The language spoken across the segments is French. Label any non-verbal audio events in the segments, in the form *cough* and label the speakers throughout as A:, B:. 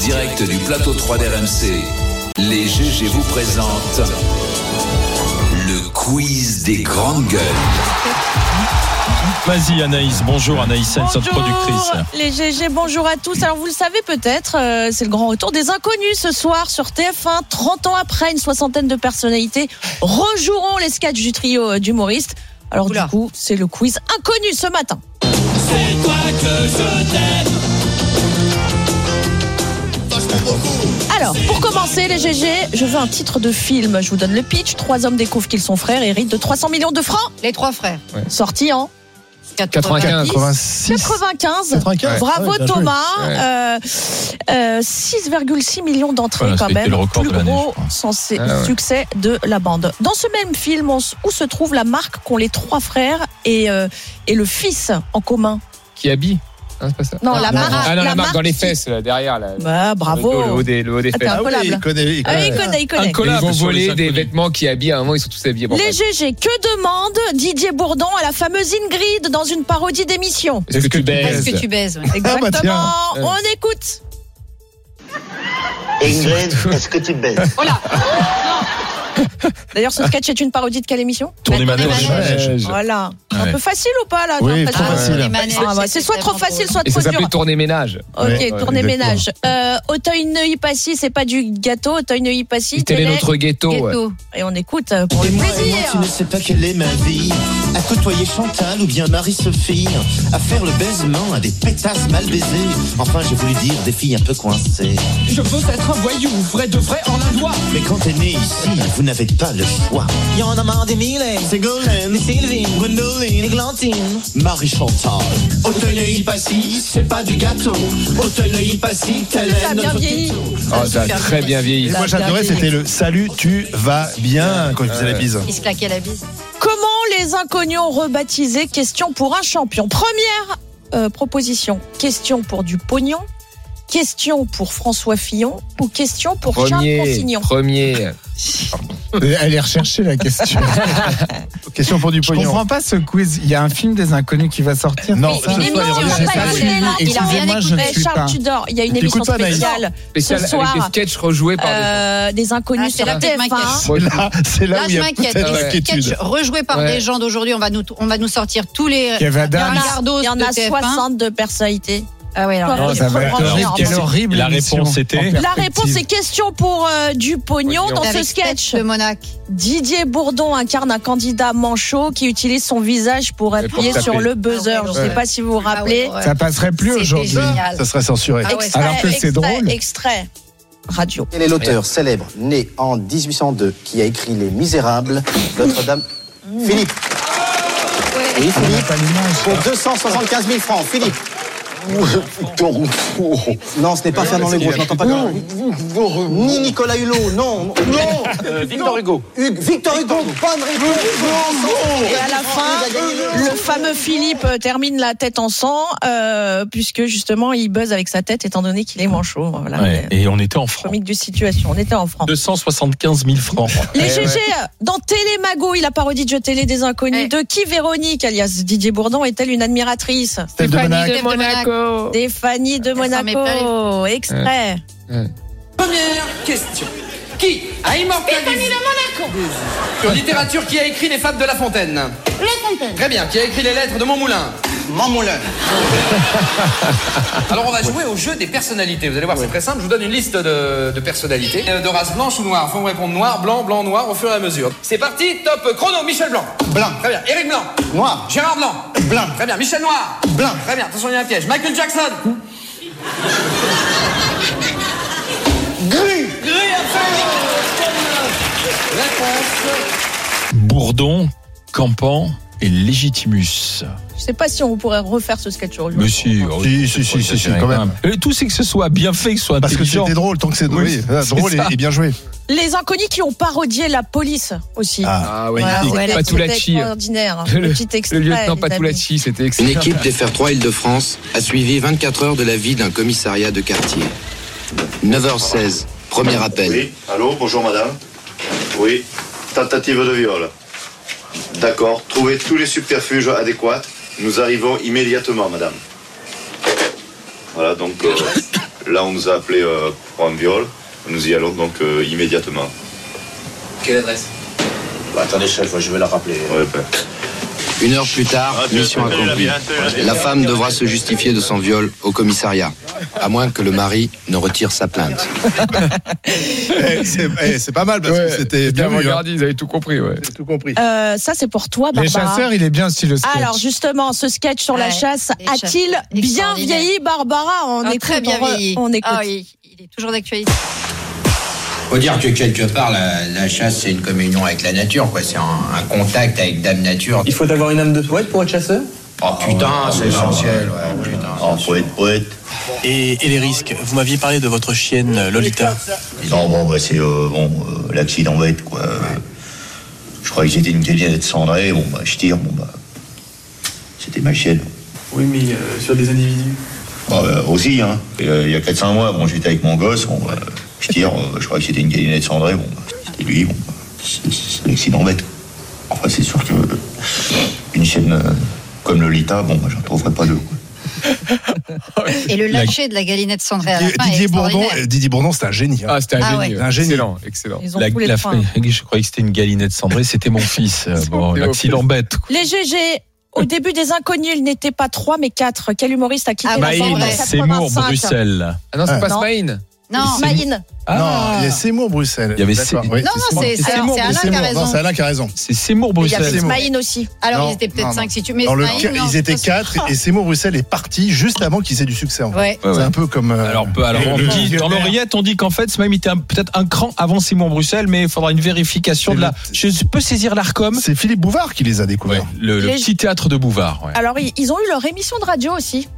A: direct du plateau 3 d'RMC, les GG vous présentent le quiz des grandes gueules.
B: Vas-y Anaïs, bonjour Anaïs Hanson,
C: Bonjour,
D: Ah
B: productrice.
C: Les GG, bonjour à tous. Alors vous le savez peut-être, euh, c'est le grand retour des inconnus ce soir sur TF1. 30 ans après, une soixantaine de personnalités rejoueront les sketchs du trio euh, d'humoristes. Alors
E: Oula.
C: du coup, c'est le quiz inconnu ce matin.
F: C'est toi que je t'aime. Vachement beaucoup.
C: Alors, pour commencer, les GG, je veux un titre de film. Je vous donne le pitch. Trois hommes découvrent qu'ils sont frères et héritent de 300 millions de francs.
E: Les trois frères.
C: Sorti en
E: 95.
G: 86.
C: 95.
G: 95.
C: Bravo
G: Ouais, bien joué.
C: Thomas.
G: Ouais.
C: Euh, euh, 6,6 millions d'entrées
B: Voilà,
C: quand
B: c'était
C: même.
B: le record
C: plus
B: de l'année,
C: gros
B: je crois.
C: sensé-
G: Ah ouais.
C: succès de la bande. Dans ce même film, on s- où se trouve la marque qu'ont les trois frères et, euh, et le fils en commun
G: Qui habille Hein, c'est pas ça.
C: Non, la
G: non,
C: marque.
G: Ah non, la, marque dans les
C: qui-
G: fesses, là, derrière. Là,
C: Bah,
G: Le, dos, le
C: bravo.
G: haut des, le haut des
C: Ah, t'es
G: fesses.
C: un- Incollable.
D: il connaît. il
C: Ah,
D: connaît.
C: il connaît, il connaît.
G: Et Ils vont
B: Collab sur les
G: voler des
B: inconnus.
G: vêtements qui habillent. À un moment, ils sont tous habillés. Bon,
C: Les
G: bref.
C: GG, que demande Didier Bourdon à la fameuse Ingrid dans une parodie d'émission
G: Est-ce que tu baises
E: Est-ce que tu baises ouais.
D: bah
C: Exactement,
G: Ah, tiens.
C: on écoute.
H: Ingrid, est-ce que tu baises
C: D'ailleurs, ce sketch est une parodie de quelle émission
B: Tournez
E: Maintenant, les
B: manège.
E: manèges.
C: Voilà. Un
B: Ouais.
C: peu facile ou pas là j'ai
D: Oui,
C: l'impression
D: trop facile.
E: les manèges,
C: Ah, bah, c'est soit trop
E: tellement
C: facile,
E: beau.
C: soit
G: Et
C: trop
G: ça
C: dur.
G: s'appelait tourner ménage.
C: Ok,
D: Ouais,
C: tournée
D: exactement.
C: ménage. Euh, Auteuil-Neuilly-Passy, c'est pas du gâteau, Auteuil-Neuilly-Passy.
G: Tel est
C: Télé.
G: notre ghetto. Oh, ouais.
E: Ghetto.
C: Et on écoute euh, pour
I: Et
C: le
I: moi, et moi,
C: plaisir.
I: tu ne sais pas quelle est ma vie. À côtoyer Chantal ou bien Marie-Sophie. À faire le baisement à des pétasses mal baisées. Enfin, j'ai voulu dire des filles un peu coincées.
F: Je veux être un voyou, vrai de vrai en un doigt.
I: Mais quand t'es né ici, vous n'avez pas le choix. Il y en a marre des Mylène, Ségolène, Sylvie, Gwendoline, Églantine, Marie-Chantal. Auteuil-Neuilly-Passy, c'est pas du gâteau. Auteuil-Neuilly-Passy, tel
C: Ça a
I: est
C: bien
I: notre
C: vieilli.
G: Oh, ça a très bien vieilli.
D: Et moi j'adorais, c'était le salut, tu vas bien quand il faisait la bise.
E: euh, Il se claquait la bise.
C: Comment les inconnus ont rebaptisé Question pour un champion Première euh, proposition, question pour du pognon, question pour François Fillon ou question pour Charles
G: Premier.
C: Consignon
G: Premier.
J: Elle est recherchée Euh, la *laughs* question.
D: Question pour du
J: Je
D: pognon.
J: comprends pas ce quiz. Il y a un film des inconnus qui va sortir.
D: Non,
J: c'est ça
C: Une
D: ce
C: émission,
D: soir,
C: il
D: il
C: a
D: revient.
C: pas
J: pas
C: écouté,
J: vu.
C: là, il a rien
J: Excusez-moi, je ne
C: écouté.
J: suis
C: Charles
J: pas.
C: Tudor, il y a une
D: T'écoutes
C: émission
D: pas, Anaïs
C: spéciale
G: Spécial avec
C: soir.
G: des sketchs rejoués par des gens.
C: euh, des inconnus
E: Ah,
C: sur
E: c'est la
C: TF1.
E: tête m'inquiète.
D: C'est là, c'est là,
E: Là,
D: où il
E: je
D: y a
E: m'inquiète.
D: peut-être
E: Les sketchs
D: l'inquiétude.
E: rejoués par
G: Ouais.
E: des gens d'aujourd'hui, on, va nous- on va nous sortir tous les
J: Kev
C: Il y en
J: Adams.
C: a, il y en a
E: de TF1.
C: 62 personnalités.
E: Ah ouais, alors,
C: Non,
J: Non,
C: il
J: Oh, ça va
C: faut
J: être
C: prendre
J: horrible.
C: en
J: Quelle
C: main.
J: horrible
B: La
J: émission
B: réponse était-
J: en
C: La réponse est
J: perspective.
C: question pour euh, du pognon.
G: Pognon.
C: Dans ce
E: avec
C: sketch,
E: de Monac.
C: Didier Bourdon incarne un candidat manchot qui utilise son visage pour
G: Et pour
C: appuyer
G: taper.
C: sur le buzzer.
E: Ah ouais,
C: Je ne sais
E: ouais.
C: pas si vous vous rappelez.
E: Ah ouais, ouais.
J: Ça passerait plus
E: C'était
J: aujourd'hui.
E: génial.
D: Ça serait censuré.
E: Ah ouais,
C: Extrait,
J: Alors que c'est
C: extrait,
J: drôle.
C: Extrait radio.
I: Quel est l'auteur célèbre, né en 1802, qui a écrit Les Misérables, Notre-Dame Philippe. Oui, Philippe,
J: Pas l'image.
I: pour 275 000 francs. Philippe. Non, ce n'est pas Fernand Legros, je n'entends pas Fernand Legros. Ni Nicolas Hulot, non. Non Euh, Victor Hugo. Victor Hugo, bonne réponse.
C: Et à la fin, le fameux Philippe euh, termine la tête en sang, euh, puisque justement, il buzz avec sa tête, étant donné qu'il est manchot. Voilà.
B: Ouais,
C: Euh,
B: Et on était en France.
C: Comique du situation. On était en France.
B: 275 000 francs.
C: Les
G: Ouais,
C: GG, euh, dans Télémago, il a parodie de Jeu Télé des Inconnus.
E: Ouais.
C: De qui Véronique, alias Didier Bourdon, est-elle une admiratrice
D: Steph de Monac.
E: Steph de Monaco.
C: Stéphanie de
E: s'en met
C: Monaco, extrait.
F: Première question. Qui a immortalisé Sur littérature, qui a écrit les fables de La Fontaine La Fontaine. Très bien, qui a écrit les lettres de Montmoulin Montmoulin. *laughs* Alors on va jouer au jeu des personnalités. Vous allez voir, c'est très simple. Je vous donne une liste de, de personnalités. Euh, De race blanche ou noire. Faut me répondre noir, blanc, blanc, noir au fur et à mesure. C'est parti, top chrono. Michel Blanc.
I: Blanc.
F: Très bien. Eric Blanc.
I: Noir.
F: Gérard Blanc.
I: Blanc.
F: Très bien. Michel Noir.
I: Blanc.
F: Très bien. Attention, il y a un piège. Michael Jackson.
I: Gris.
F: Gris, absolument. Réponse.
B: Bourdon, Campan et Légitimus.
C: Je sais pas si on pourrait refaire ce sketch aujourd'hui.
B: Mais si, oh,
D: Si,
B: c'est
D: si, si,
B: pas
D: si, si,
B: exagéré
D: quand même.
B: Le tout, c'est que ce soit bien fait, que ce soit
D: Parce que
B: intelligent.
D: c'était drôle, tant que c'est
B: Oui,
D: oui, voilà,
B: c'est
D: drôle et-
B: ça.
D: et bien joué.
C: Les inconnus qui ont parodié la police aussi.
G: Ah ouais.
C: Voilà, ouais, c'était
G: Patulacci. *laughs*
C: extraordinaire.
B: *laughs*
G: Le-
C: Petit extrait.
G: Le lieutenant
C: les amis.
G: Patulacci, c'était
K: Une
G: excellent.
K: équipe des Faire 3 Île-de-France a suivi 24 heures de la vie d'un commissariat de quartier. 9h16, premier appel.
H: Oui, allô, bonjour madame. Oui, tentative de viol. D'accord, trouvez tous les
K: *laughs*
H: subterfuges adéquats. Nous arrivons immédiatement, madame. Voilà, donc euh, Là, on nous a appelé euh, pour un viol. Nous y allons donc euh, immédiatement.
K: Quelle adresse
H: Bah, attendez, chef, je vais la rappeler. Ouais, ben.
K: Une heure plus tard, mission accomplie. La femme devra se justifier de son viol au commissariat, à moins que le mari ne retire sa plainte.
L: *laughs* Eh, c'est eh, c'est pas mal parce que c'était bien hein. regardé,
G: ils avaient tout compris. Ouais.
L: Tout compris.
C: Euh, ça, c'est pour toi,
J: Les
C: Barbara.
J: chasseurs, il est bien style le sketch.
C: Alors justement, ce sketch sur la
E: Ouais,
C: chasse
E: les
C: a-t-il
E: chasseurs
C: bien
E: extraordinaires.
C: vieilli, Barbara On
E: Ah,
C: écoute,
E: très bien
C: on re-
E: vieilli.
C: On écoute.
E: Ah oui, il est toujours d'actualité.
M: Faut dire que quelque part, la, la chasse, c'est une communion avec la nature, quoi. C'est un, un contact avec Dame Nature. Il faut avoir une âme de poète pour être chasseur Oh putain, c'est essentiel, ouais, putain.
H: En poète, poète.
N: Et, et les risques Vous m'aviez parlé de votre chienne euh, Lolita.
H: Non, bon, bah, c'est euh, bon, euh, l'accident bête, quoi. Euh, Je croyais que j'étais une quelqu'un d'être cendré. Bon, bah, je tire, bon, bah. C'était ma chienne.
N: Oui, mais euh, sur des individus.
H: Bah, euh, aussi, hein. Et, euh, il y a 400 mois, bon, j'étais avec mon gosse, bon, bah, je tire, euh, je croyais que c'était une galinette cendrée, bon, bah, c'était lui, bon, bah, c'est- c'est un accident bête. Enfin, c'est sûr que euh, une chaîne euh, comme Lolita, bon, bah, j'en trouverais pas deux. quoi.
E: Et le
H: La-
E: lâcher de la galinette cendrée à la
L: Didier,
E: fin est
L: Didier Bourdon,
E: extraordinaire.
L: euh, Didier Bourdon, c'est un génie. hein.
G: Ah, c'était un
E: Ah
G: génie.
E: ouais.
G: ouais.
L: Un génie.
G: Excellent, excellent.
C: Ils ont tous les hein. points.
B: je croyais que c'était une galinette cendrée, c'était mon fils. Euh, Bon,
G: C'était mon
B: l'accident
G: fils.
B: bête.
C: Les GG. Au début des inconnus, ils n'étaient pas trois mais quatre. Quel humoriste a quitté la
B: Maïn,
C: forme en
B: Seymour,
C: 85?
B: Bruxelles.
G: Ah non, c'est
L: Ah.
G: pas
C: Non.
G: Smaïn.
E: Non,
C: Maïn.
L: Non, Ah, il y a Seymour, Bruxelles.
B: Il y avait
L: D'accord,
B: Sey-
L: oui,
E: Non, non,
L: Seymour.
E: c'est- c'est-
L: Seymour,
E: c'est Alain qui a
L: Seymour.
E: raison.
L: Non, c'est Alain qui a raison.
B: C'est Seymour,
E: Il y avait
L: Bruxelles.
E: Smaïn
C: aussi.
E: Alors,
L: Non,
E: ils étaient
L: non,
E: peut-être
L: non.
E: 5 si tu mets
L: Dans le
E: Smaïn,
L: ca-
E: non,
L: ils étaient
E: parce que-
L: quatre et Seymour Bruxelles est parti juste avant qu'ils aient du succès. en fait.
E: Ouais.
L: C'est un peu comme. euh,
B: Alors, peu- alors, on
L: le-
B: dit,
L: le-
B: dans l'oreillette, on dit qu'en fait, Smaïm était un- peut-être un cran avant Simon Bruxelles, mais il faudra une vérification de la. Je peux saisir l'ARCOM.
L: C'est Philippe Bouvard qui les a découverts.
B: Le, le
C: Les-
B: petit théâtre de Bouvard. ouais.
C: Alors ils- ils ont eu leur émission de radio aussi.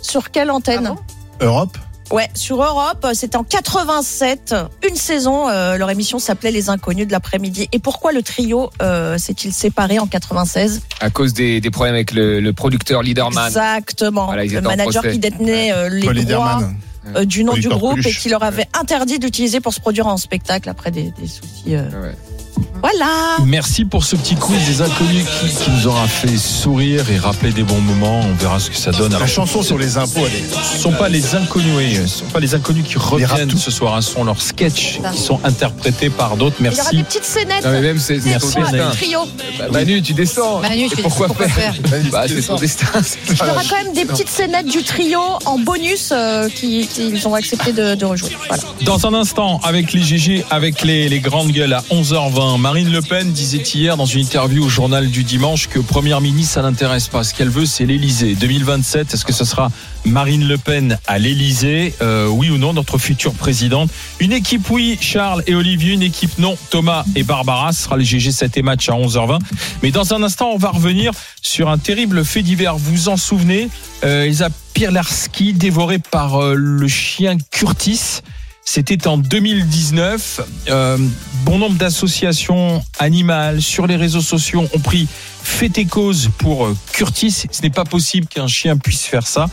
C: Sur quelle antenne
L: Europe.
C: Ouais, sur Europe, c'était en 87, une saison. euh, leur émission s'appelait Les Inconnus de l'après-midi. Et pourquoi le trio euh, s'est-il séparé en 96
G: À cause des, des problèmes avec le, le producteur Leaderman.
C: Exactement.
G: Voilà, ils
C: le
G: étaient en
C: manager
G: procès.
C: qui détenait euh, les
L: Paul
C: droits
L: Lederman.
C: euh, du nom du
L: Producteur
C: groupe
L: Coluche.
C: et qui leur avait interdit d'utiliser pour se produire en spectacle après des, des soucis. euh. Voilà.
B: Merci pour ce petit quiz des inconnus qui, qui nous aura fait sourire et rappeler des bons moments. On verra ce que ça donne.
L: La
B: Alors,
L: chanson sur les impôts, elle est.
B: ce ne sont pas les inconnus, oui, ce sont pas les inconnus qui reviennent ce soir. hein, Ce sont leurs sketchs qui sont interprétés par d'autres.
C: Il y aura
B: Merci.
C: des petites scénettes.
G: Non, mais même, c'est-
C: Des
G: c'est ton
C: fois,
G: destin.
C: le trio.
G: Bah, Manu, tu descends.
E: Manu, tu
G: Et pourquoi
E: pourquoi
G: faire,
E: faire
G: Bah, c'est son destin. c'est
C: Il y
G: pas-
C: aura quand même des petites scénettes du trio en bonus euh, qui- qu'ils ont accepté de, de rejouer. Voilà.
B: Dans un instant, avec les GG, avec les, les grandes gueules à 11h20, Marine Le Pen disait hier dans une interview au journal du dimanche que Première ministre, ça l'intéresse pas. Ce qu'elle veut, c'est l'Elysée. 2027, est-ce que ce sera Marine Le Pen à l'Elysée Oui ou non, notre future présidente Une équipe oui, Charles et Olivier. Une équipe non, Thomas et Barbara. Ce sera les GG 7 et match à 11h20. Mais dans un instant, on va revenir sur un terrible fait divers. Vous vous en souvenez euh, Elsa Pirlarski dévorée par euh, le chien Curtis. C'était en 2019. Euh, bon nombre d'associations animales sur les réseaux sociaux ont pris fait et cause pour euh, Curtis. Ce n'est pas possible qu'un chien puisse faire ça.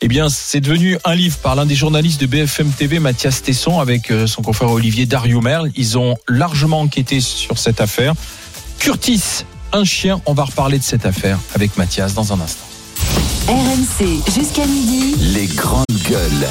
B: Eh bien, c'est devenu un livre par l'un des journalistes de BFM TV, Mathias Tesson, avec euh, son confrère Olivier Dario Merle. Ils ont largement enquêté sur cette affaire. Curtis, un chien, on va reparler de cette affaire avec Mathias dans un instant.
A: Les grandes gueules.